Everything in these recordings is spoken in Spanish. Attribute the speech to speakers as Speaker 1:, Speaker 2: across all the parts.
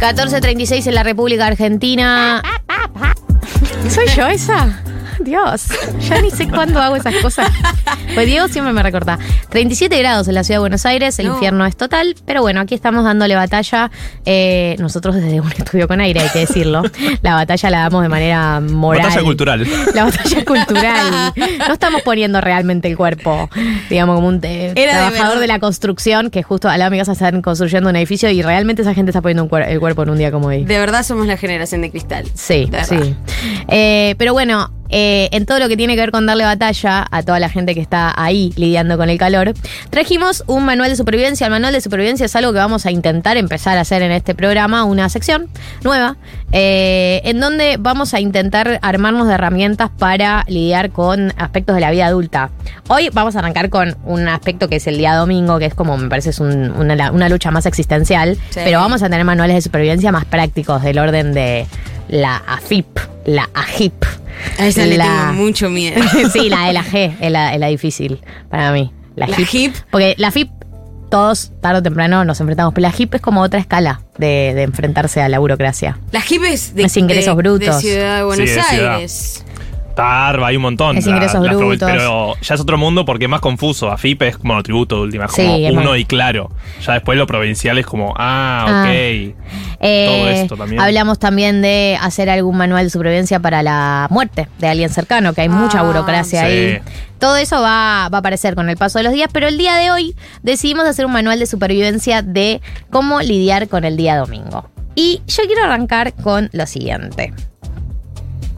Speaker 1: 1436 en la República Argentina.
Speaker 2: ¿Soy yo esa? Dios, ya ni sé cuándo hago esas cosas. Pues Diego siempre me recorta. 37 grados en la ciudad de Buenos Aires, el
Speaker 1: No.
Speaker 2: infierno es total, pero bueno, aquí estamos dándole batalla. eh, nosotros desde un estudio con aire, hay que decirlo. La batalla la damos de manera moral.
Speaker 3: Batalla cultural.
Speaker 2: La batalla cultural. No estamos poniendo realmente el cuerpo, digamos, como un eh,
Speaker 1: Era de
Speaker 2: trabajador
Speaker 1: verdad.
Speaker 2: de, la construcción que justo al lado de mi casa están construyendo un edificio y realmente esa gente está poniendo un cuer- el cuerpo en un día como hoy.
Speaker 1: De verdad somos la generación de cristal.
Speaker 2: Sí,
Speaker 1: De verdad.
Speaker 2: sí. Eh, pero bueno, eh, en todo lo que tiene que ver con darle batalla a toda la gente que está ahí lidiando con el calor, trajimos un manual de supervivencia. El manual de supervivencia es algo que vamos a intentar empezar a hacer en este programa, una sección nueva, eh, en donde vamos a intentar armarnos de herramientas para lidiar con aspectos de la vida adulta. Hoy vamos a arrancar con un aspecto que es el día domingo, que es como me parece es un- una, la- una lucha más existencial,
Speaker 1: Sí.
Speaker 2: pero vamos a tener manuales de supervivencia más prácticos del orden de la AFIP, la AGIP.
Speaker 1: A esa le
Speaker 2: La-
Speaker 1: tengo mucho miedo.
Speaker 2: sí, la de la G es la, es la difícil para mí. La,
Speaker 1: La
Speaker 2: HIP.
Speaker 1: hip.
Speaker 2: Porque la FIP, todos tarde o temprano nos enfrentamos, pero la HIP es como otra escala de, de enfrentarse a la burocracia.
Speaker 1: Las hip es de,
Speaker 2: Los ingresos
Speaker 1: de-
Speaker 2: brutos.
Speaker 1: de Ciudad de Buenos
Speaker 3: Sí, de ciudad.
Speaker 1: Aires.
Speaker 3: Está ARBA, hay un montón.
Speaker 2: Es
Speaker 3: La-
Speaker 2: ingresos
Speaker 3: las provi-
Speaker 2: brutos.
Speaker 3: Pero ya es otro mundo porque es más confuso. AFIP es como tributo de última, es
Speaker 2: Sí,
Speaker 3: como
Speaker 2: es
Speaker 3: uno
Speaker 2: más-
Speaker 3: y claro. Ya después lo provincial es como, ah,
Speaker 2: Ah.
Speaker 3: ok. Todo esto también.
Speaker 2: Eh, Hablamos también de hacer algún manual de supervivencia para la muerte de alguien cercano, que hay mucha
Speaker 1: Ah,
Speaker 2: burocracia
Speaker 3: sí.
Speaker 2: ahí. Todo eso va, va a aparecer con el paso de los días, pero el día de hoy decidimos hacer un manual de supervivencia de cómo lidiar con el día domingo. Y yo quiero arrancar con lo siguiente.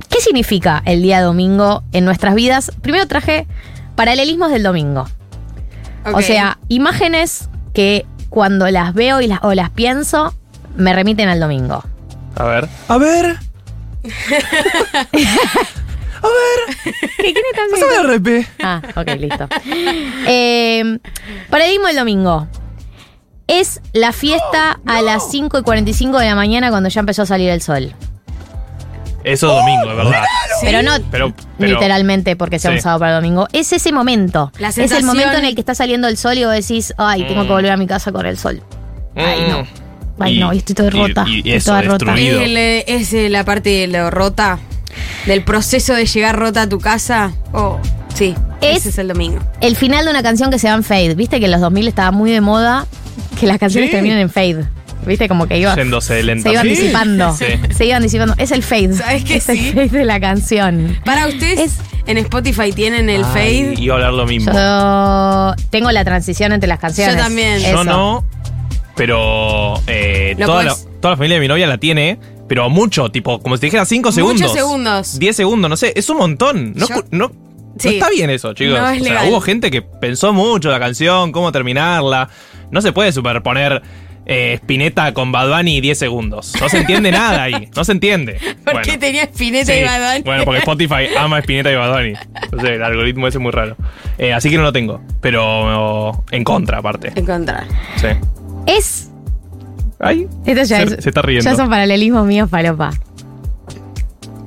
Speaker 2: ¿Qué significa el día domingo en nuestras vidas? Primero traje paralelismos del domingo.
Speaker 1: Ok.
Speaker 2: O sea, imágenes que cuando las veo y las, o las pienso, me remiten al domingo. Ah.
Speaker 3: A ver. A ver.
Speaker 2: ¿Qué quiere también?
Speaker 3: Pásame la RP.
Speaker 2: Ah, ok, listo. Eh, paradigma del domingo. Es la
Speaker 3: Oh,
Speaker 2: fiesta a las 5 y 45 de la mañana cuando ya empezó a salir el sol.
Speaker 3: Eso es domingo, es verdad.
Speaker 1: Sí.
Speaker 2: Pero no
Speaker 3: Pero- pero-
Speaker 2: literalmente porque sea un
Speaker 3: Sí.
Speaker 2: sábado para el domingo. Es ese momento.
Speaker 1: La
Speaker 2: es el
Speaker 1: sensación-
Speaker 2: momento en el que está saliendo el sol y vos decís, ay, tengo que
Speaker 3: Mm.
Speaker 2: volver a mi casa con el sol. Ay, no.
Speaker 3: Mm.
Speaker 2: Ay,
Speaker 3: Y-
Speaker 2: no, y estoy toda
Speaker 3: y-
Speaker 2: rota.
Speaker 3: Y,
Speaker 2: estoy
Speaker 3: eso,
Speaker 2: toda rota.
Speaker 3: destruido.
Speaker 1: El, eh, es eh, la parte de lo rota, del proceso de llegar rota a tu casa. Oh, sí,
Speaker 2: Es-
Speaker 1: ese es el domingo.
Speaker 2: El final de una canción que se va en fade. Viste que en los 2000 estaba muy de moda que las canciones
Speaker 3: Sí.
Speaker 2: terminan en fade. Viste como que iba.
Speaker 3: Yéndose
Speaker 2: Se iban
Speaker 3: lentamente.
Speaker 2: disipando.
Speaker 3: Sí.
Speaker 2: Se iban disipando. Es el fade.
Speaker 1: ¿Sabes qué?
Speaker 2: Es el
Speaker 1: Sí.
Speaker 2: fade de la canción.
Speaker 1: Para ustedes,
Speaker 2: Es-
Speaker 1: en Spotify tienen el
Speaker 3: Ay,
Speaker 1: fade.
Speaker 3: Iba a hablar lo mismo.
Speaker 2: Yo tengo la transición entre las canciones.
Speaker 1: Yo también.
Speaker 3: Yo
Speaker 2: Eso.
Speaker 3: no, pero eh,
Speaker 1: Lo
Speaker 3: toda, la,
Speaker 1: puedes-
Speaker 3: toda la familia de mi novia la tiene, pero mucho, tipo, como si te dijera 5 segundos.
Speaker 1: Muchos segundos.
Speaker 3: 10 segundos, no sé, es un montón. No,
Speaker 1: Yo-
Speaker 3: escu- no,
Speaker 1: Sí.
Speaker 3: no está bien eso, chicos.
Speaker 1: No es
Speaker 3: O sea,
Speaker 1: legal.
Speaker 3: hubo gente que pensó mucho la canción, cómo terminarla. No se puede superponer eh, Spinetta con Bad Bunny 10 segundos. No se entiende nada ahí, no se entiende.
Speaker 1: ¿Por
Speaker 3: Bueno,
Speaker 1: qué tenía espineta
Speaker 3: sí.
Speaker 1: y badón?
Speaker 3: Bueno, porque Spotify ama a Spinetta y Bad Bunny. No sé, el algoritmo ese es muy raro. Eh, así que no lo tengo, pero en contra aparte.
Speaker 1: Encontrar.
Speaker 3: Sí.
Speaker 2: Es.
Speaker 3: Ay,
Speaker 2: Esto ya
Speaker 3: se,
Speaker 2: es.
Speaker 3: se está riendo.
Speaker 2: Ya son paralelismos míos, falopa.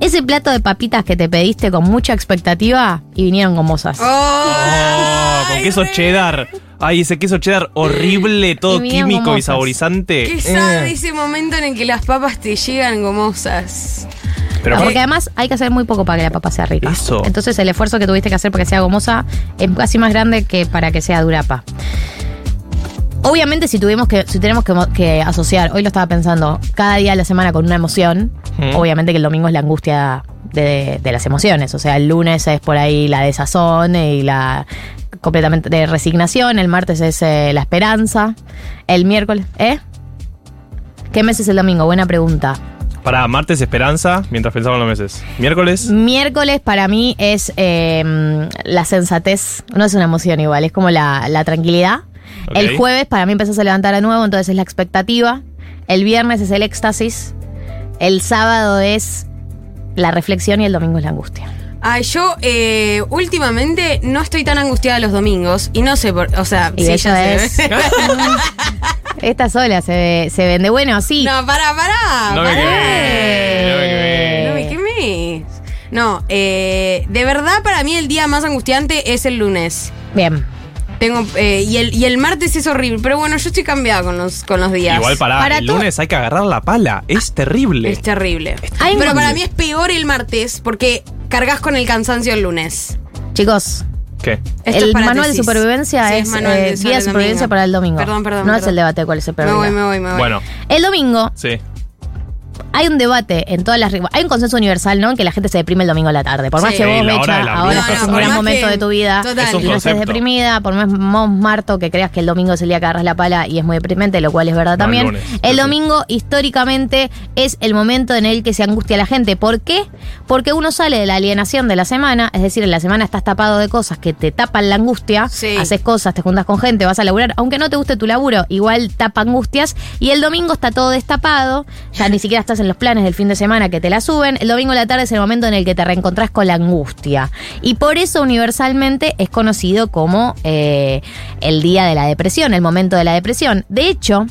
Speaker 2: Ese plato de papitas que te pediste con mucha expectativa y vinieron gomosas.
Speaker 3: Oh, con queso cheddar. Ay, ese queso cheddar horrible, todo
Speaker 2: Y miren
Speaker 3: químico y
Speaker 2: gomosas.
Speaker 3: saborizante.
Speaker 1: ¿Qué
Speaker 3: Eh.
Speaker 1: sabe ese momento en el que las papas te llegan gomosas?
Speaker 3: Pero
Speaker 2: Ah, porque
Speaker 3: aparte-
Speaker 2: además hay que hacer muy poco para que la papa sea rica.
Speaker 3: Eso.
Speaker 2: Entonces el esfuerzo que tuviste que hacer para que sea gomosa es casi más grande que para que sea durapa. Obviamente si tuvimos que, si tenemos que, mo- que asociar, hoy lo estaba pensando, cada día de la semana con una emoción,
Speaker 3: Mm.
Speaker 2: obviamente que el domingo es la angustia de, de las emociones. O sea, el lunes es por ahí la desazón y la completamente de resignación, el martes es eh, la esperanza, el miércoles, ¿eh? ¿Qué mes es el domingo? Buena pregunta.
Speaker 3: Pará, martes esperanza, mientras pensamos en los meses. Miércoles.
Speaker 2: Miércoles para mí es eh, la sensatez, no es una emoción igual, es como la, la tranquilidad.
Speaker 3: Ok.
Speaker 2: El jueves para mí empezás a levantar de nuevo, entonces es la expectativa. El viernes es el éxtasis. El sábado es la reflexión y el domingo es la angustia.
Speaker 1: Ay, Ah, yo eh, últimamente no estoy tan angustiada los domingos y no sé por. O sea,
Speaker 2: Y
Speaker 1: sí,
Speaker 2: eso
Speaker 1: ya
Speaker 2: es.
Speaker 1: sé.
Speaker 2: Esta sola se, se vende. Bueno, sí.
Speaker 1: No, pará, pará.
Speaker 3: No me
Speaker 1: pará.
Speaker 3: quemé, no me quemé.
Speaker 1: No me quemé. No, eh, de verdad para mí el día más angustiante es el lunes.
Speaker 2: Bien.
Speaker 1: Tengo, eh, y, el, y el martes es horrible, pero bueno, yo estoy cambiada con los, con los días.
Speaker 3: Igual para,
Speaker 2: Para
Speaker 3: el
Speaker 2: todo-
Speaker 3: lunes hay que agarrar la pala. Es terrible.
Speaker 1: Es terrible.
Speaker 2: Hay
Speaker 1: pero
Speaker 2: un-
Speaker 1: para mí es peor el martes porque cargas con el cansancio el lunes.
Speaker 2: Chicos,
Speaker 3: ¿Qué?
Speaker 1: Esto
Speaker 2: el
Speaker 1: es para
Speaker 2: manual de
Speaker 1: tesis.
Speaker 2: supervivencia
Speaker 1: Sí,
Speaker 2: es,
Speaker 1: manual
Speaker 2: eh, guía de
Speaker 1: sobre el
Speaker 2: supervivencia
Speaker 1: domingo.
Speaker 2: para el domingo.
Speaker 1: Perdón, perdón.
Speaker 2: No es
Speaker 1: perdón.
Speaker 2: el debate cuál es el
Speaker 1: Me
Speaker 2: peor.
Speaker 1: voy,
Speaker 2: día.
Speaker 1: me voy, me voy.
Speaker 3: Bueno,
Speaker 2: El domingo
Speaker 3: sí.
Speaker 2: hay un debate en todas las regu- hay un consenso universal, ¿no? En que la gente se deprime el domingo a la tarde. Por más
Speaker 1: Sí.
Speaker 2: que
Speaker 1: Sí,
Speaker 2: vos,
Speaker 3: la hora de
Speaker 2: Mecha,
Speaker 3: la
Speaker 2: ahora
Speaker 3: bruja.
Speaker 2: es un
Speaker 3: No, no,
Speaker 2: gran
Speaker 3: más
Speaker 2: momento
Speaker 1: que-
Speaker 2: de tu vida.
Speaker 1: Total. Es
Speaker 2: y
Speaker 1: un
Speaker 2: no estés
Speaker 3: concepto.
Speaker 2: deprimida, por más mos marto que creas que el domingo es el día que agarras la pala y es muy deprimente, lo cual es verdad
Speaker 3: No, el
Speaker 2: también.
Speaker 3: lunes,
Speaker 2: el
Speaker 3: sí.
Speaker 2: domingo, históricamente, es el momento en el que se angustia la gente. ¿Por qué? Porque uno sale de la alienación de la semana, es decir, en la semana estás tapado de cosas que te tapan la angustia,
Speaker 1: Sí.
Speaker 2: haces cosas, te juntas con gente, vas a laburar, aunque no te guste tu laburo, igual tapa angustias. Y el domingo está todo destapado, ya ni siquiera estás en los planes del fin de semana que te la suben. El domingo a la tarde es el momento en el que te reencontrás con la angustia. Y por eso universalmente es conocido como eh, el día de la depresión, el momento de la depresión. De hecho,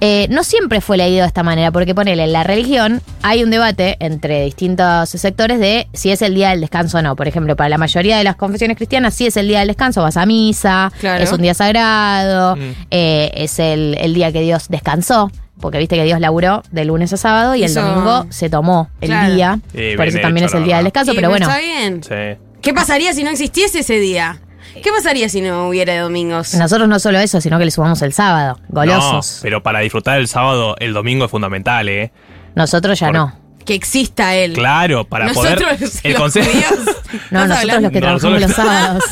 Speaker 2: eh, no siempre fue leído de esta manera, porque ponele, en la religión hay un debate entre distintos sectores de si es el día del descanso o no. Por ejemplo, para la mayoría de las confesiones cristianas, sí es el día del descanso, vas a misa,
Speaker 1: Claro.
Speaker 2: es un día sagrado,
Speaker 3: Mm.
Speaker 2: eh, es el, el día que Dios descansó. Porque viste que Dios laburó de lunes a sábado y
Speaker 1: Hizo-
Speaker 2: el domingo se tomó el
Speaker 1: Claro.
Speaker 2: día.
Speaker 3: Sí,
Speaker 2: por
Speaker 3: bien
Speaker 2: eso también
Speaker 3: hecho,
Speaker 2: es el
Speaker 3: la
Speaker 2: día del
Speaker 3: verdad.
Speaker 2: descanso,
Speaker 1: Sí,
Speaker 2: pero bueno.
Speaker 1: Está bien.
Speaker 3: Sí.
Speaker 1: ¿Qué pasaría si no existiese ese día? ¿Qué pasaría si no hubiera domingos?
Speaker 2: Nosotros no solo eso, sino que le sumamos el sábado. Golosos.
Speaker 3: No, pero para disfrutar el sábado, el domingo es fundamental, ¿eh?
Speaker 2: Nosotros ya
Speaker 3: Por-
Speaker 2: no.
Speaker 1: Que exista él.
Speaker 3: Claro, para
Speaker 1: nosotros,
Speaker 3: poder.
Speaker 1: los
Speaker 3: el consejo.
Speaker 1: judíos,
Speaker 2: No, nosotros
Speaker 1: ¿estás
Speaker 2: los
Speaker 1: hablando?
Speaker 2: que
Speaker 3: No,
Speaker 2: trabajamos los
Speaker 3: nosotros-
Speaker 2: sábados.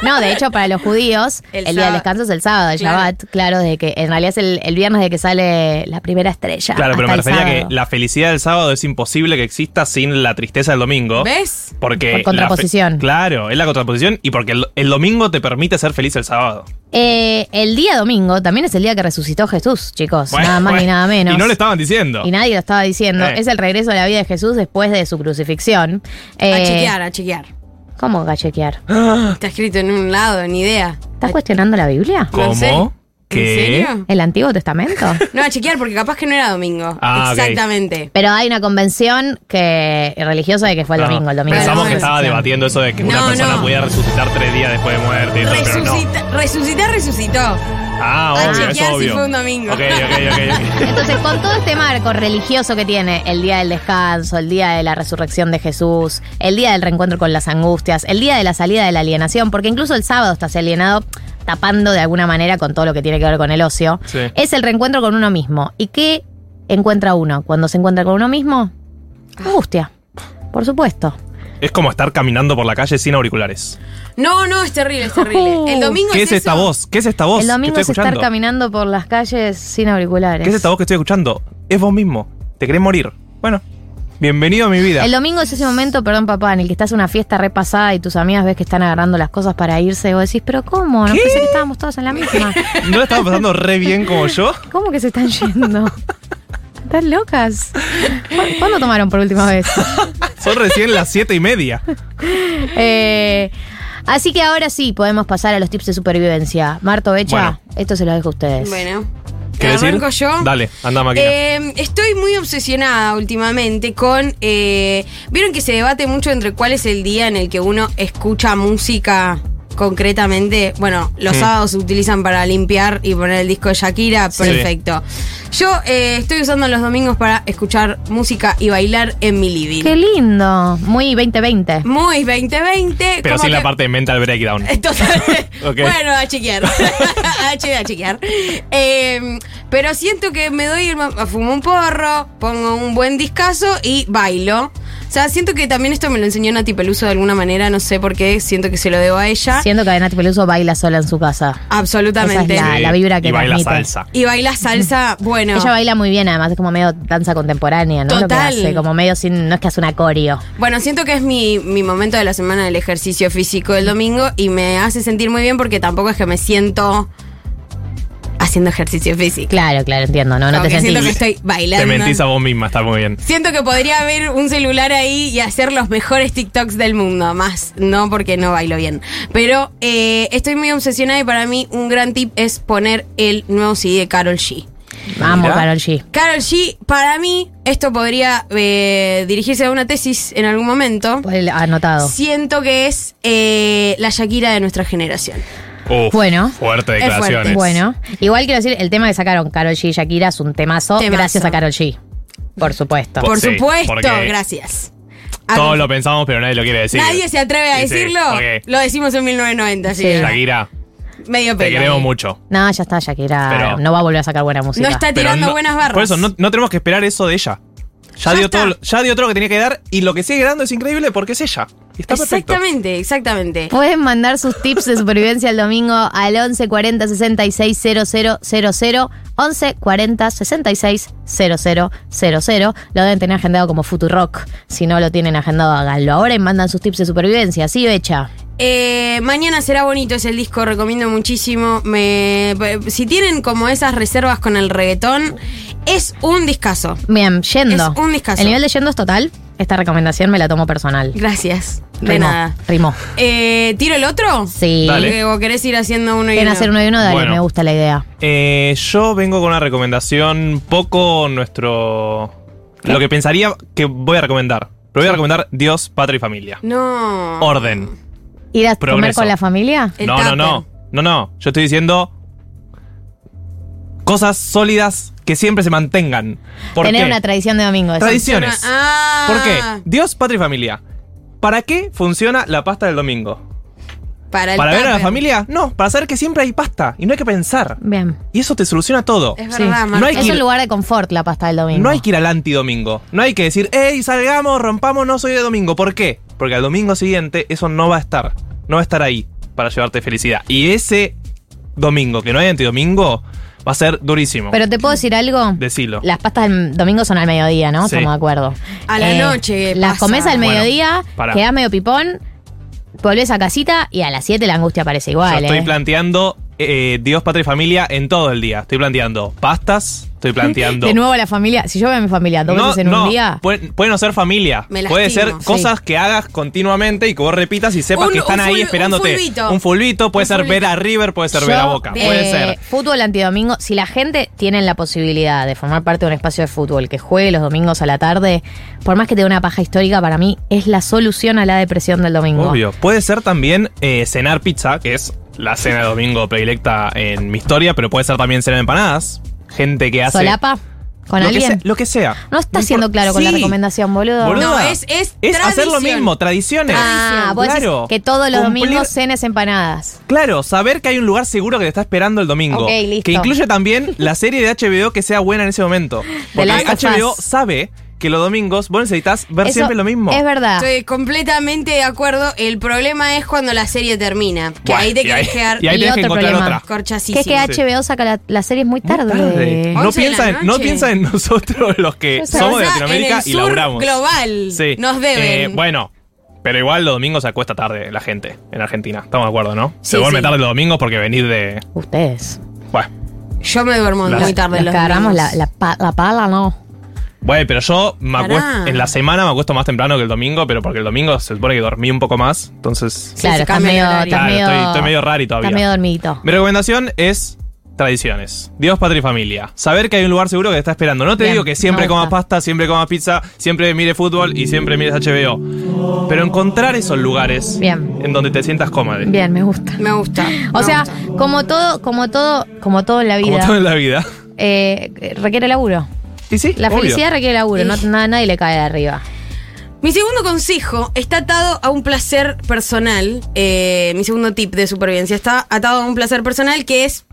Speaker 2: no, de hecho, para los judíos, el, día
Speaker 1: El
Speaker 2: del
Speaker 1: sábado.
Speaker 2: descanso es el sábado, el
Speaker 1: Claro.
Speaker 2: Shabbat, claro, de que en realidad es el, el viernes de que sale la primera estrella.
Speaker 3: Claro, pero
Speaker 2: hasta
Speaker 3: me
Speaker 2: el
Speaker 3: refería
Speaker 2: sábado.
Speaker 3: que la felicidad del sábado es imposible que exista sin la tristeza del domingo.
Speaker 1: ¿Ves?
Speaker 3: Porque
Speaker 2: Por
Speaker 3: la fe-
Speaker 2: contraposición.
Speaker 3: claro, es la contraposición y porque el, el domingo te permite ser feliz el sábado.
Speaker 2: Eh, el día domingo también es el día que resucitó Jesús, chicos.
Speaker 3: Bueno,
Speaker 2: nada más ni
Speaker 3: bueno,
Speaker 2: nada menos.
Speaker 3: Y no le estaban diciendo.
Speaker 2: Y nadie lo estaba diciendo.
Speaker 3: Eh.
Speaker 2: Es el regreso a la vida de Jesús después de su crucifixión.
Speaker 1: A
Speaker 2: Eh,
Speaker 1: chequear, a chequear.
Speaker 2: ¿Cómo va a chequear?
Speaker 1: Está escrito en un lado, ni idea.
Speaker 2: ¿Estás cuestionando la Biblia?
Speaker 1: No sé.
Speaker 3: ¿Cómo?
Speaker 1: ¿En
Speaker 3: ¿Qué?
Speaker 1: serio?
Speaker 2: ¿El Antiguo Testamento?
Speaker 1: No, a chequear porque capaz que no era domingo.
Speaker 3: Ah, ok.
Speaker 1: Exactamente.
Speaker 2: Pero hay una convención que religiosa de que fue el
Speaker 3: No,
Speaker 2: domingo. El domingo
Speaker 3: Ah, Pensamos
Speaker 1: no,
Speaker 3: que estaba
Speaker 2: Resurrección.
Speaker 3: debatiendo eso de que una
Speaker 1: No,
Speaker 3: persona
Speaker 1: no.
Speaker 3: podía resucitar tres días después de muerte y todo, pero no.
Speaker 1: Resucita- Resucitar, resucitó.
Speaker 3: Ah,
Speaker 1: A
Speaker 3: obvio, es
Speaker 1: chequear si
Speaker 3: obvio.
Speaker 1: fue un domingo.
Speaker 3: Ok, ok, ok, ok.
Speaker 2: Entonces, con todo este marco religioso que tiene el día del descanso, el día de la resurrección de Jesús, el día del reencuentro con las angustias, el día de la salida de la alienación, porque incluso el sábado estás alienado tapando de alguna manera con todo lo que tiene que ver con el ocio,
Speaker 3: Sí.
Speaker 2: es el reencuentro con uno mismo. ¿Y qué encuentra uno cuando se encuentra con uno mismo? Angustia, por supuesto.
Speaker 3: Es como estar caminando por la calle sin auriculares.
Speaker 1: No, no, es terrible, es terrible. El domingo
Speaker 3: ¿Qué
Speaker 1: es,
Speaker 3: es esta
Speaker 1: eso.
Speaker 3: voz? ¿Qué es esta voz?
Speaker 2: el domingo
Speaker 3: que
Speaker 2: es
Speaker 3: estoy
Speaker 2: estar
Speaker 3: escuchando?
Speaker 2: caminando por las calles sin auriculares.
Speaker 3: ¿Qué es esta voz que estoy escuchando? Es vos mismo. Te querés morir. Bueno, bienvenido a mi vida.
Speaker 2: El domingo es ese momento, perdón papá, en el que estás en una fiesta repasada y tus amigas ves que están agarrando las cosas para irse y vos decís, pero ¿cómo? No
Speaker 3: ¿Qué?
Speaker 2: pensé que estábamos todos en la misma.
Speaker 3: ¿No la estaba pasando re bien como yo?
Speaker 2: ¿Cómo que se están yendo? ¿Están locas? ¿Cu- ¿Cuándo tomaron por última vez?
Speaker 3: Son recién las siete y media.
Speaker 2: Eh, así que ahora sí podemos pasar a los tips de supervivencia. Marto Becha,
Speaker 3: Bueno.
Speaker 2: esto se lo dejo a ustedes.
Speaker 1: Bueno.
Speaker 3: ¿Querés
Speaker 1: ¿Arranco
Speaker 3: ir?
Speaker 1: yo?
Speaker 3: Dale, anda máquina.
Speaker 1: Eh, estoy muy obsesionada últimamente con. eh, Vieron que se debate mucho entre cuál es el día en el que uno escucha música concretamente. Bueno, los
Speaker 3: Mm.
Speaker 1: sábados se utilizan para limpiar y poner el disco de Shakira.
Speaker 3: Sí.
Speaker 1: Perfecto. Yo eh, estoy usando los domingos para escuchar música y bailar en mi living.
Speaker 2: Qué lindo, muy 2020.
Speaker 1: Muy 2020.
Speaker 3: Pero
Speaker 1: como
Speaker 3: sin la
Speaker 1: que-
Speaker 3: parte de mental breakdown.
Speaker 1: entonces,
Speaker 3: Ok.
Speaker 1: bueno, a chequear. a che- a chequear. Eh, pero siento que me doy, el ma- fumo un porro, pongo un buen discazo y bailo. O sea, siento que también esto me lo enseñó Nati Peluso de alguna manera, no sé por qué, siento que se lo debo a ella.
Speaker 2: Siendo que Nati Peluso baila sola en su casa.
Speaker 1: Absolutamente.
Speaker 2: Esa es la vibra que
Speaker 3: Eh, Y baila
Speaker 2: transmite.
Speaker 3: salsa.
Speaker 1: Y baila salsa, bueno.
Speaker 2: Ella baila muy bien, además es como medio danza contemporánea, ¿no? Lo que
Speaker 1: Total.
Speaker 2: hace, como medio sin, no es que hace un acorio.
Speaker 1: Bueno, siento que es mi, mi momento de la semana del ejercicio físico del domingo y me hace sentir muy bien porque tampoco es que me siento haciendo ejercicio físico.
Speaker 2: Claro, claro, entiendo, no, no
Speaker 1: Como
Speaker 2: te
Speaker 1: que siento
Speaker 2: sentís.
Speaker 1: que estoy bailando.
Speaker 3: Te mentís a vos misma, está muy bien.
Speaker 1: Siento que podría haber un celular ahí y hacer los mejores TikToks del mundo. Más no porque no bailo bien. Pero eh, estoy muy obsesionada y para mí un gran tip es poner el nuevo CD de Carol G.
Speaker 2: Amo,
Speaker 3: Mirá.
Speaker 2: Carol G.
Speaker 1: Carol G, para mí, esto podría eh, dirigirse a una tesis en algún momento.
Speaker 2: Pues, Anotado.
Speaker 1: Siento que es eh, la Shakira de nuestra generación.
Speaker 3: Uf,
Speaker 2: Bueno.
Speaker 3: Fuerte
Speaker 1: Es fuerte.
Speaker 3: declaraciones.
Speaker 2: Bueno, igual quiero decir, el tema que sacaron Carol G y Shakira es un temazo,
Speaker 1: Temazo.
Speaker 2: gracias a Carol G. Por supuesto.
Speaker 1: Por
Speaker 3: Pues Sí,
Speaker 1: supuesto,
Speaker 3: porque-
Speaker 1: gracias.
Speaker 3: Todos lo pensamos, pero nadie lo quiere decir.
Speaker 1: Nadie se atreve a
Speaker 3: Sí, sí,
Speaker 1: decirlo.
Speaker 3: porque,
Speaker 1: Lo decimos en 1990, así
Speaker 2: Sí.
Speaker 1: que
Speaker 3: Shakira,
Speaker 1: medio
Speaker 3: te
Speaker 1: pelo
Speaker 3: queremos
Speaker 1: ahí.
Speaker 3: mucho.
Speaker 2: No, ya está, Shakira
Speaker 3: Pero-
Speaker 2: no va a volver a sacar buena música.
Speaker 1: No está
Speaker 3: Pero
Speaker 1: tirando
Speaker 3: no-
Speaker 1: buenas barras.
Speaker 3: Por eso, no, no tenemos que esperar eso de ella. Ya,
Speaker 1: Ya
Speaker 3: dio
Speaker 1: está.
Speaker 3: todo, lo- ya dio todo lo que tenía que dar y lo que sigue dando es increíble porque es ella. Y está perfecto.
Speaker 1: Exactamente, exactamente.
Speaker 2: Pueden mandar sus tips de supervivencia el domingo al 11 40 66 000, 11 40 66 000. Lo deben tener agendado como Futurock. Si no lo tienen agendado, háganlo ahora y mandan sus tips de supervivencia. Sí, Becha.
Speaker 1: Eh, mañana será bonito, es el disco, recomiendo muchísimo. Me, si tienen como esas reservas con el reggaetón, es un discazo.
Speaker 2: Bien, yendo.
Speaker 1: Es un discazo.
Speaker 2: El nivel de yendo es total. Esta recomendación me la tomo personal.
Speaker 1: Gracias. De
Speaker 2: Rimó,
Speaker 1: nada.
Speaker 2: Rimó.
Speaker 1: Eh, ¿Tiro el otro?
Speaker 2: Sí.
Speaker 3: Dale.
Speaker 1: Que- ¿O querés ir haciendo uno y
Speaker 2: ¿Quieren
Speaker 1: uno?
Speaker 2: hacer uno de uno? Dale,
Speaker 3: Bueno.
Speaker 2: me gusta la idea.
Speaker 3: Eh, yo vengo con una recomendación poco nuestro. Lo que pensaría que voy a recomendar. Pero voy a recomendar Dios, Patria y Familia.
Speaker 1: No.
Speaker 3: Orden.
Speaker 2: ¿Ir a comer
Speaker 3: Progreso.
Speaker 2: con la familia?
Speaker 1: El
Speaker 3: no,
Speaker 1: tupper.
Speaker 3: no, no. No, no. Yo estoy diciendo. Cosas sólidas que siempre se mantengan. ¿Por
Speaker 2: Tener
Speaker 3: qué?
Speaker 2: una tradición de domingo. eso.
Speaker 3: Tradiciones.
Speaker 1: Ah.
Speaker 3: ¿Por qué? Dios, patria y familia. ¿Para qué funciona la pasta del domingo?
Speaker 1: Para, el
Speaker 3: ¿Para ver a la
Speaker 1: tupper.
Speaker 3: familia? No, para saber que siempre hay pasta y no hay que pensar.
Speaker 2: Bien.
Speaker 3: Y eso te soluciona todo.
Speaker 1: Es
Speaker 2: Sí.
Speaker 1: verdad, Marta.
Speaker 3: No hay
Speaker 2: Es
Speaker 3: que
Speaker 2: un
Speaker 3: ir-
Speaker 2: lugar de confort la pasta del domingo.
Speaker 3: No hay que ir al antidomingo. No hay que decir, hey, salgamos, rompamos, no soy de domingo. ¿Por qué? Porque al domingo siguiente eso no va a estar. No va a estar ahí para llevarte felicidad. Y ese domingo, que no hay antidomingo, va a ser durísimo.
Speaker 2: Pero te puedo decir algo.
Speaker 3: Decilo.
Speaker 2: Las pastas del domingo son al mediodía, ¿no?
Speaker 3: Sí.
Speaker 2: Estamos de acuerdo. Eh,
Speaker 1: A la noche
Speaker 2: Las
Speaker 1: pasa.
Speaker 2: comes al
Speaker 3: Bueno,
Speaker 2: mediodía,
Speaker 3: pará.
Speaker 2: quedás medio pipón, volvés a casita y a las 7 la angustia aparece igual.
Speaker 3: Yo estoy
Speaker 2: ¿eh?
Speaker 3: planteando eh, Dios, patria y familia en todo el día. Estoy planteando pastas, estoy planteando.
Speaker 2: De nuevo la familia. Si yo veo a mi familia dos
Speaker 3: No,
Speaker 2: veces en
Speaker 3: no,
Speaker 2: un día.
Speaker 3: puede, puede no ser familia.
Speaker 1: Me
Speaker 3: puede ser
Speaker 1: lastimo,
Speaker 3: cosas que hagas continuamente y que vos repitas y sepas
Speaker 1: Un-
Speaker 3: que están
Speaker 1: un
Speaker 3: ahí
Speaker 1: ful-
Speaker 3: esperándote.
Speaker 1: un fulbito.
Speaker 3: fulbito, puede
Speaker 1: Un
Speaker 3: ser ver
Speaker 1: fulbito.
Speaker 3: a River, puede ser ver a
Speaker 2: Yo,
Speaker 3: Boca.
Speaker 2: eh,
Speaker 3: Puede ser.
Speaker 2: Fútbol antidomingo. Si la gente tiene la posibilidad de formar parte de un espacio de fútbol que juegue los domingos a la tarde, por más que te dé una paja histórica, para mí es la solución a la depresión del domingo.
Speaker 3: Obvio. Puede ser también eh, cenar pizza, que es la cena de domingo predilecta en mi historia, pero puede ser también cenar empanadas. Gente que hace.
Speaker 2: ¿Solapa? ¿Con
Speaker 3: lo
Speaker 2: alguien?
Speaker 3: Que sea, lo que sea.
Speaker 2: No está
Speaker 3: importa.
Speaker 2: siendo claro con la
Speaker 3: Sí.
Speaker 2: recomendación, boludo.
Speaker 3: Boluda.
Speaker 1: No, es- es
Speaker 3: hacer lo
Speaker 1: tradición.
Speaker 3: mismo, tradiciones.
Speaker 2: Ah, vos decís
Speaker 3: Claro.
Speaker 2: que todos los
Speaker 3: Cumplir-
Speaker 2: domingos cenes empanadas.
Speaker 3: Claro, saber que hay un lugar seguro que te está esperando el domingo.
Speaker 2: Ok, listo.
Speaker 3: Que incluye también la serie de HBO que sea buena en ese momento. Porque
Speaker 2: Last of
Speaker 3: HBO
Speaker 2: Us.
Speaker 3: sabe que los domingos vos necesitas ver
Speaker 2: Eso
Speaker 3: siempre lo mismo.
Speaker 2: Es verdad.
Speaker 1: Estoy completamente de acuerdo. El problema es cuando la serie termina. Que
Speaker 3: Buah,
Speaker 1: ahí te
Speaker 3: y
Speaker 1: querés quedar
Speaker 3: Y ahí
Speaker 2: Y
Speaker 3: tenés que
Speaker 2: otro
Speaker 3: encontrar
Speaker 2: problema.
Speaker 3: otra.
Speaker 2: que es que
Speaker 1: corchasísima.
Speaker 3: Sí.
Speaker 2: HBO saca la, la serie muy
Speaker 3: Muy
Speaker 2: tarde.
Speaker 3: No
Speaker 1: Once de la
Speaker 3: piensa, en, no
Speaker 1: noche.
Speaker 3: piensa en nosotros los que
Speaker 2: Yo sé.
Speaker 3: somos de
Speaker 1: Pensá en
Speaker 3: Latinoamérica
Speaker 1: el
Speaker 3: y
Speaker 1: sur
Speaker 3: laburamos.
Speaker 1: global.
Speaker 3: Sí.
Speaker 1: Nos deben.
Speaker 3: Eh, bueno, pero igual los domingos se acuesta tarde la gente en Argentina. Estamos de acuerdo, ¿no?
Speaker 1: Sí,
Speaker 3: se duerme
Speaker 1: sí.
Speaker 3: tarde los domingos porque venir de.
Speaker 2: Ustedes.
Speaker 3: Bueno.
Speaker 1: Yo me duermo
Speaker 3: Las-
Speaker 1: muy tarde.
Speaker 2: Los que
Speaker 1: los
Speaker 2: agarramos la,
Speaker 1: domingos.
Speaker 2: la, pa- la pala, no.
Speaker 3: Bueno, pero yo me
Speaker 1: Pará.
Speaker 3: acuesto, en la semana me acuesto más temprano que el domingo, pero porque el domingo se supone que dormí un poco más, entonces...
Speaker 1: Sí,
Speaker 2: claro,
Speaker 1: se
Speaker 2: estás
Speaker 1: cambia el
Speaker 2: medio,
Speaker 1: horario.
Speaker 2: estás
Speaker 3: Claro,
Speaker 2: medio.
Speaker 3: estoy- estoy medio rari todavía.
Speaker 2: Estás medio dormidito.
Speaker 3: Mi recomendación es tradiciones. Dios, patria y familia. Saber que hay un lugar seguro que te está esperando. No te
Speaker 2: Bien,
Speaker 3: digo que
Speaker 2: me
Speaker 3: siempre
Speaker 2: gusta.
Speaker 3: comas pasta, siempre comas pizza, siempre mire fútbol y siempre mires HBO. Pero encontrar esos lugares
Speaker 2: Bien.
Speaker 3: en donde te sientas cómodo.
Speaker 2: Bien, me gusta.
Speaker 1: Me gusta.
Speaker 2: O
Speaker 1: me
Speaker 2: sea,
Speaker 1: gusta.
Speaker 2: como todo, como todo, como todo en la
Speaker 3: Como
Speaker 2: vida,
Speaker 3: todo en la vida.
Speaker 2: eh, requiere laburo.
Speaker 3: Y sí,
Speaker 2: La
Speaker 3: obvio.
Speaker 2: felicidad requiere laburo, no,
Speaker 1: Sí.
Speaker 2: na- nadie le cae de arriba.
Speaker 1: Mi segundo consejo está atado a un placer personal. eh, mi segundo tip de supervivencia está atado a un placer personal que es.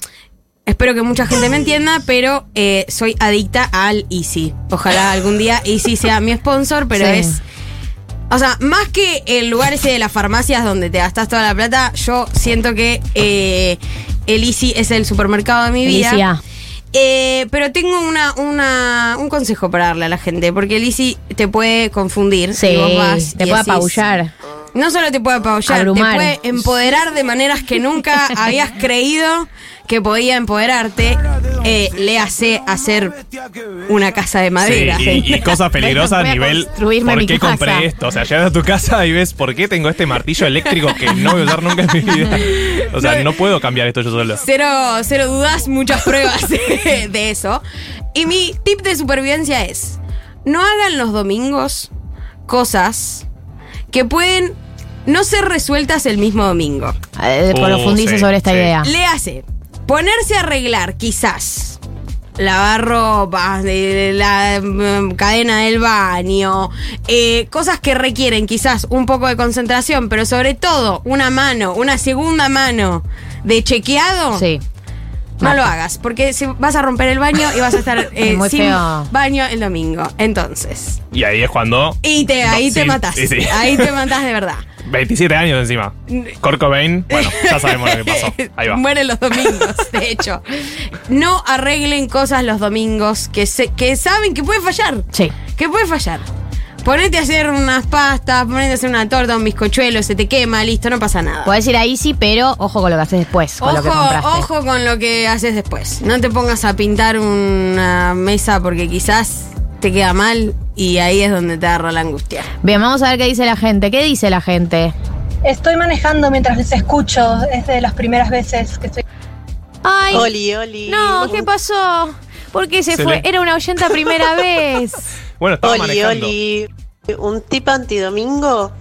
Speaker 1: Espero que mucha gente me entienda, pero eh, soy adicta al Easy. Ojalá algún día Easy sea mi sponsor, pero
Speaker 2: Sí.
Speaker 1: es. O sea, más que el lugar ese de las farmacias donde te gastas toda la plata, yo siento que eh, el Easy es el supermercado de mi vida.
Speaker 2: Felicidad.
Speaker 1: Eh, pero tengo una, una, un consejo para darle a la gente, porque el ICI te puede confundir.
Speaker 2: Sí,
Speaker 1: si vos vas
Speaker 2: te
Speaker 1: y
Speaker 2: puede
Speaker 1: decís-
Speaker 2: apabullar.
Speaker 1: No solo te puede apabullar,
Speaker 2: Abrumar.
Speaker 1: te puede empoderar de maneras que nunca habías creído que podía empoderarte. Eh, le hace hacer una casa de
Speaker 3: Sí,
Speaker 1: madera.
Speaker 3: y, y cosas peligrosas a
Speaker 2: Voy a
Speaker 3: nivel
Speaker 2: construirme mi
Speaker 3: ¿Por qué
Speaker 2: casa.
Speaker 3: compré esto? O sea, llegas a tu casa y ves ¿Por qué tengo este martillo eléctrico que no voy a usar nunca en mi vida? O sea, no puedo cambiar esto yo solo
Speaker 1: Cero, cero dudas, muchas pruebas de eso. Y mi tip de supervivencia es, no hagan los domingos cosas que pueden no ser resueltas el mismo domingo.
Speaker 2: Eh,
Speaker 3: Oh,
Speaker 2: profundice
Speaker 3: sí,
Speaker 2: sobre esta
Speaker 3: sí.
Speaker 2: idea.
Speaker 1: Le hace ponerse a arreglar, quizás. Lavar ropa, eh, la mm, cadena del baño, eh, cosas que requieren quizás un poco de concentración, pero sobre todo una mano, una segunda mano de chequeado.
Speaker 2: Sí.
Speaker 1: No
Speaker 2: Mata.
Speaker 1: lo hagas, porque si vas a romper el baño y vas a estar eh,
Speaker 2: Muy
Speaker 1: sin
Speaker 2: feo.
Speaker 1: baño el domingo. Entonces.
Speaker 3: Y ahí es cuando.
Speaker 1: Y te,
Speaker 3: No,
Speaker 1: ahí te
Speaker 3: sí,
Speaker 1: matás.
Speaker 3: sí, sí.
Speaker 1: Ahí te matás de verdad.
Speaker 3: 27 años encima. Kurt Cobain, bueno, ya sabemos lo que pasó. Ahí va.
Speaker 1: Mueren los domingos, de hecho. No arreglen cosas los domingos que, se- que saben que puede fallar.
Speaker 2: Sí.
Speaker 1: Que puede fallar. Ponete a hacer unas pastas, ponete a hacer una torta, un bizcochuelo, se te quema, listo, no pasa nada.
Speaker 2: Puedes ir ahí sí, pero ojo con lo que haces después, con
Speaker 1: Ojo,
Speaker 2: lo que compraste.
Speaker 1: ojo con lo que haces después. No te pongas a pintar una mesa porque quizás te queda mal y ahí es donde te agarra la angustia.
Speaker 2: Bien, vamos a ver qué dice la gente. ¿Qué dice la gente?
Speaker 4: Estoy manejando mientras les escucho, es de las primeras veces que estoy.
Speaker 2: Ay,
Speaker 5: Oli, Oli.
Speaker 2: no, ¿qué pasó? Porque se,
Speaker 3: Se
Speaker 2: fue,
Speaker 3: le-
Speaker 2: era una oyenta primera vez.
Speaker 3: Bueno, estaba
Speaker 5: Oli,
Speaker 3: manejando.
Speaker 5: Oli. Un tip antidomingo.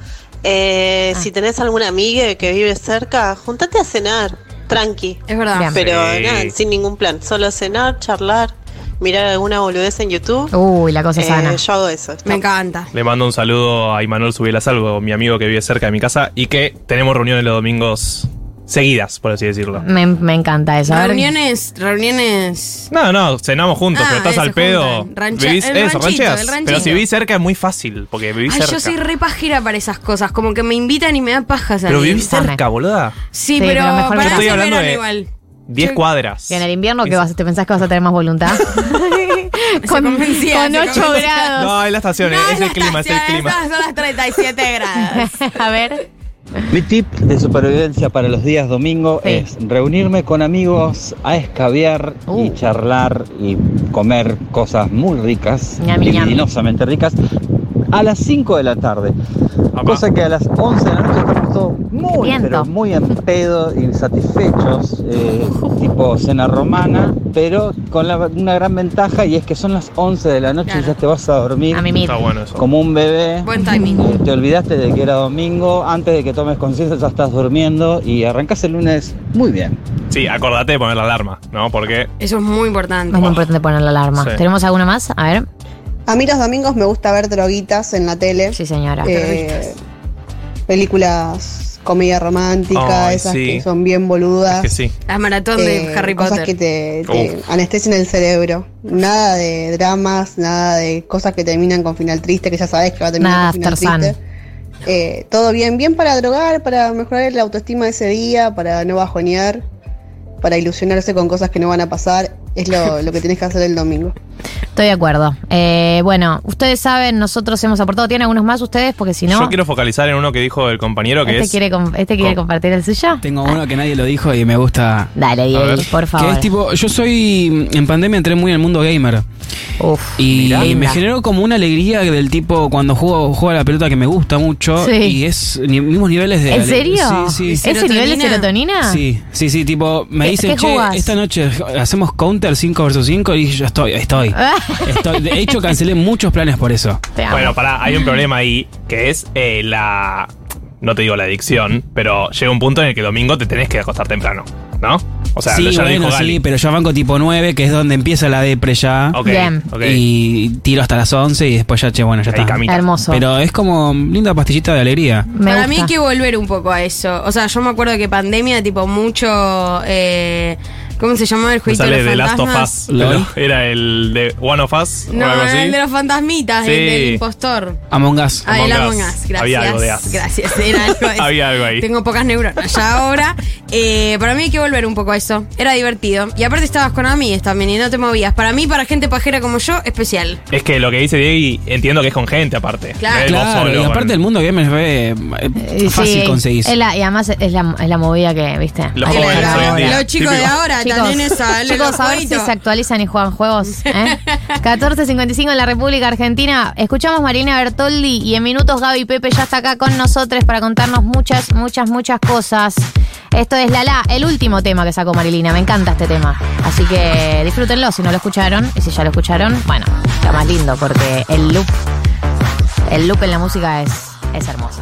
Speaker 5: Eh,
Speaker 2: Ah.
Speaker 5: Si tenés alguna amiga que vive cerca, juntate a cenar, tranqui.
Speaker 1: Es verdad.
Speaker 2: Bien.
Speaker 5: Pero
Speaker 3: Sí.
Speaker 5: nada, sin ningún plan. Solo cenar, charlar, mirar alguna boludez en YouTube.
Speaker 2: Uy, la cosa
Speaker 5: Eh,
Speaker 2: sana.
Speaker 5: yo hago eso.
Speaker 1: Me encanta.
Speaker 3: Le mando un saludo a Imanol Subiela Salvo, mi amigo que vive cerca de mi casa y que tenemos reuniones los domingos seguidas, por así decirlo.
Speaker 2: Me, me encanta eso. A ver,
Speaker 1: Reuniones, reuniones.
Speaker 3: No, no, cenamos juntos,
Speaker 1: Ah,
Speaker 3: pero estás
Speaker 1: eh,
Speaker 3: al
Speaker 1: se
Speaker 3: pedo.
Speaker 1: juntan. Ranche-
Speaker 3: vivís
Speaker 1: el
Speaker 3: eso,
Speaker 1: ranchito,
Speaker 3: rancheas.
Speaker 1: el ranchito.
Speaker 3: Pero si vivís cerca es muy fácil, porque vivís
Speaker 1: Ay,
Speaker 3: cerca.
Speaker 1: yo soy re pajera para esas cosas. Como que me invitan y me da paja salir.
Speaker 3: pero vivís
Speaker 2: Dame.
Speaker 3: cerca, boluda.
Speaker 1: Sí,
Speaker 2: Sí,
Speaker 1: pero,
Speaker 2: pero mejor
Speaker 1: para
Speaker 2: no.
Speaker 1: eso
Speaker 3: Estoy
Speaker 1: es
Speaker 3: hablando
Speaker 1: verano
Speaker 3: de-
Speaker 1: igual.
Speaker 3: 10
Speaker 1: Yo-
Speaker 3: cuadras.
Speaker 2: que en el invierno que vas, te pensás que vas a tener más voluntad. con,
Speaker 1: convencía,
Speaker 2: con
Speaker 1: se
Speaker 2: 8
Speaker 1: convencía.
Speaker 2: grados.
Speaker 3: No, es la estación,
Speaker 1: No,
Speaker 3: es el
Speaker 1: las
Speaker 3: clima, es el
Speaker 1: tacias,
Speaker 3: clima.
Speaker 1: Son las 37 grados.
Speaker 2: a ver.
Speaker 6: Mi tip de supervivencia para los días domingo
Speaker 2: Sí.
Speaker 6: es reunirme con amigos a escabear
Speaker 2: Uh.
Speaker 6: y charlar y comer cosas muy ricas,
Speaker 2: Ñam, ñam.
Speaker 6: divinosamente ricas, a las 5 de la tarde.
Speaker 3: Apá.
Speaker 6: Cosa que a las 11 de la noche estamos todos muy,
Speaker 2: Viento.
Speaker 6: pero muy en pedo, insatisfechos, eh, tipo cena romana, pero con la- una gran ventaja y es que son las 11 de la noche
Speaker 1: Claro.
Speaker 6: y ya te vas a dormir
Speaker 2: A mimir.
Speaker 3: Está bueno eso.
Speaker 6: como un bebé.
Speaker 1: Buen timing.
Speaker 6: Eh, Te olvidaste de que era domingo, antes de que tomes conciencia ya estás durmiendo y arrancas el lunes muy bien.
Speaker 3: Sí, acordate de poner la alarma, ¿no? Porque.
Speaker 1: Eso es muy importante.
Speaker 2: Es muy importante poner la alarma.
Speaker 3: Sí.
Speaker 2: ¿Tenemos alguna más? A ver.
Speaker 7: A mí los domingos me gusta ver droguitas en la tele.
Speaker 2: Sí, señora.
Speaker 7: Eh, películas, comedia romántica,
Speaker 3: Ay,
Speaker 7: esas
Speaker 3: sí.
Speaker 7: que son bien boludas.
Speaker 3: Es que sí.
Speaker 1: La maratón
Speaker 7: Eh,
Speaker 1: de Harry
Speaker 7: cosas
Speaker 1: Potter.
Speaker 7: que te, te
Speaker 3: Uf.
Speaker 7: anestesian el cerebro. Nada de dramas, nada de cosas que terminan con final triste, que ya sabes que va a terminar
Speaker 2: Nada
Speaker 7: con final
Speaker 2: After Sun.
Speaker 7: triste. Eh, todo bien, bien para drogar, para mejorar la autoestima de ese día, para no bajonear, para ilusionarse con cosas que no van a pasar. Es lo, lo que tenés que hacer el domingo.
Speaker 2: Estoy de acuerdo. Eh, bueno, ustedes saben, nosotros hemos aportado. ¿Tienen algunos más ustedes? Porque si no.
Speaker 3: Yo quiero focalizar en uno que dijo el compañero que
Speaker 2: este,
Speaker 3: es. Oh.
Speaker 2: quiere, com- este quiere
Speaker 3: Com-
Speaker 2: compartir el suyo.
Speaker 8: Tengo uno que nadie lo dijo y me gusta.
Speaker 2: Dale, Diego,
Speaker 3: ver.
Speaker 2: por
Speaker 8: Que
Speaker 2: favor.
Speaker 8: es tipo, yo soy, en pandemia entré muy en el mundo gamer.
Speaker 2: Uf,
Speaker 8: Y me
Speaker 2: linda.
Speaker 8: generó como una alegría del tipo cuando juego, juego a la pelota que me gusta mucho.
Speaker 2: Sí.
Speaker 8: Y es ni- mismos niveles de...
Speaker 2: ¿En
Speaker 8: ale-
Speaker 2: serio?
Speaker 8: Sí, sí.
Speaker 2: ¿Ese nivel de serotonina?
Speaker 8: Sí, sí, sí, tipo, me
Speaker 2: ¿Qué-
Speaker 8: dicen,
Speaker 2: qué
Speaker 8: che,
Speaker 2: jugás?
Speaker 8: esta noche hacemos counter 5 versus 5 y yo estoy, estoy, estoy. De hecho, cancelé muchos planes por eso.
Speaker 2: Te amo.
Speaker 3: Bueno, pará, hay un problema ahí que es eh, la. No te digo la adicción, pero llega un punto en el que el domingo te tenés que acostar temprano, ¿no? O sea,
Speaker 8: sí,
Speaker 3: ya lo dijo
Speaker 8: bueno,
Speaker 3: Gali.
Speaker 8: sí, pero yo banco tipo 9, que es donde empieza la depre ya.
Speaker 3: Ok,
Speaker 2: Bien.
Speaker 3: ok.
Speaker 8: Y tiro hasta las 11 y después ya, che, bueno, ya
Speaker 3: Ahí
Speaker 8: está.
Speaker 3: camita.
Speaker 2: Hermoso.
Speaker 8: Pero es como linda pastillita de alegría.
Speaker 2: Me
Speaker 1: Para mí
Speaker 2: gusta.
Speaker 1: hay que volver un poco a eso. O sea, yo me acuerdo que pandemia, tipo, mucho. eh, ¿Cómo se llamaba el
Speaker 3: Me
Speaker 1: jueguito
Speaker 3: sale
Speaker 1: de los
Speaker 3: de Last of
Speaker 1: fantasmas?
Speaker 3: Us.
Speaker 8: ¿Lol?
Speaker 3: Era el de One of Us. o
Speaker 1: No,
Speaker 3: algo así.
Speaker 1: el de los fantasmitas,
Speaker 3: Sí.
Speaker 1: el del impostor.
Speaker 8: Among Us.
Speaker 1: Ah, el
Speaker 3: Among
Speaker 1: Among
Speaker 3: Us.
Speaker 1: Us, gracias.
Speaker 3: Había algo de Us.
Speaker 1: Gracias, era algo de-
Speaker 3: Había algo ahí.
Speaker 1: Tengo pocas neuronas ya ahora. Eh, para mí hay que volver un poco a eso. Era divertido. Y aparte estabas con amigues también y no te movías. Para mí, para gente pajera como yo, especial.
Speaker 3: Es que lo que dice Diego, entiendo que es con gente aparte.
Speaker 1: Claro.
Speaker 3: No es vos
Speaker 8: Claro,
Speaker 3: solo
Speaker 8: y
Speaker 3: con-
Speaker 8: aparte del mundo gamer fue eh,
Speaker 2: Eh,
Speaker 8: fácil
Speaker 2: sí,
Speaker 8: conseguís.
Speaker 2: es la- y además es la, es la movida que, ¿viste?
Speaker 3: Los
Speaker 2: Hay que
Speaker 1: Era
Speaker 3: jóvenes
Speaker 2: ver
Speaker 3: hoy en
Speaker 2: ahora.
Speaker 3: día.
Speaker 1: Los chicos de
Speaker 3: Típico.
Speaker 1: ahora también es a
Speaker 2: chicos, a ver si se actualizan y juegan juegos. ¿eh? 14.55 en la República Argentina. Escuchamos Marina Bertoldi y en minutos Gaby Pepe ya está acá con nosotros para contarnos muchas, muchas, muchas cosas. Esto es La La, el último tema que sacó Marilina. Me encanta este tema. Así que disfrútenlo si no lo escucharon. Y si ya lo escucharon, bueno, está más lindo porque el loop, el loop en la música es, es hermoso.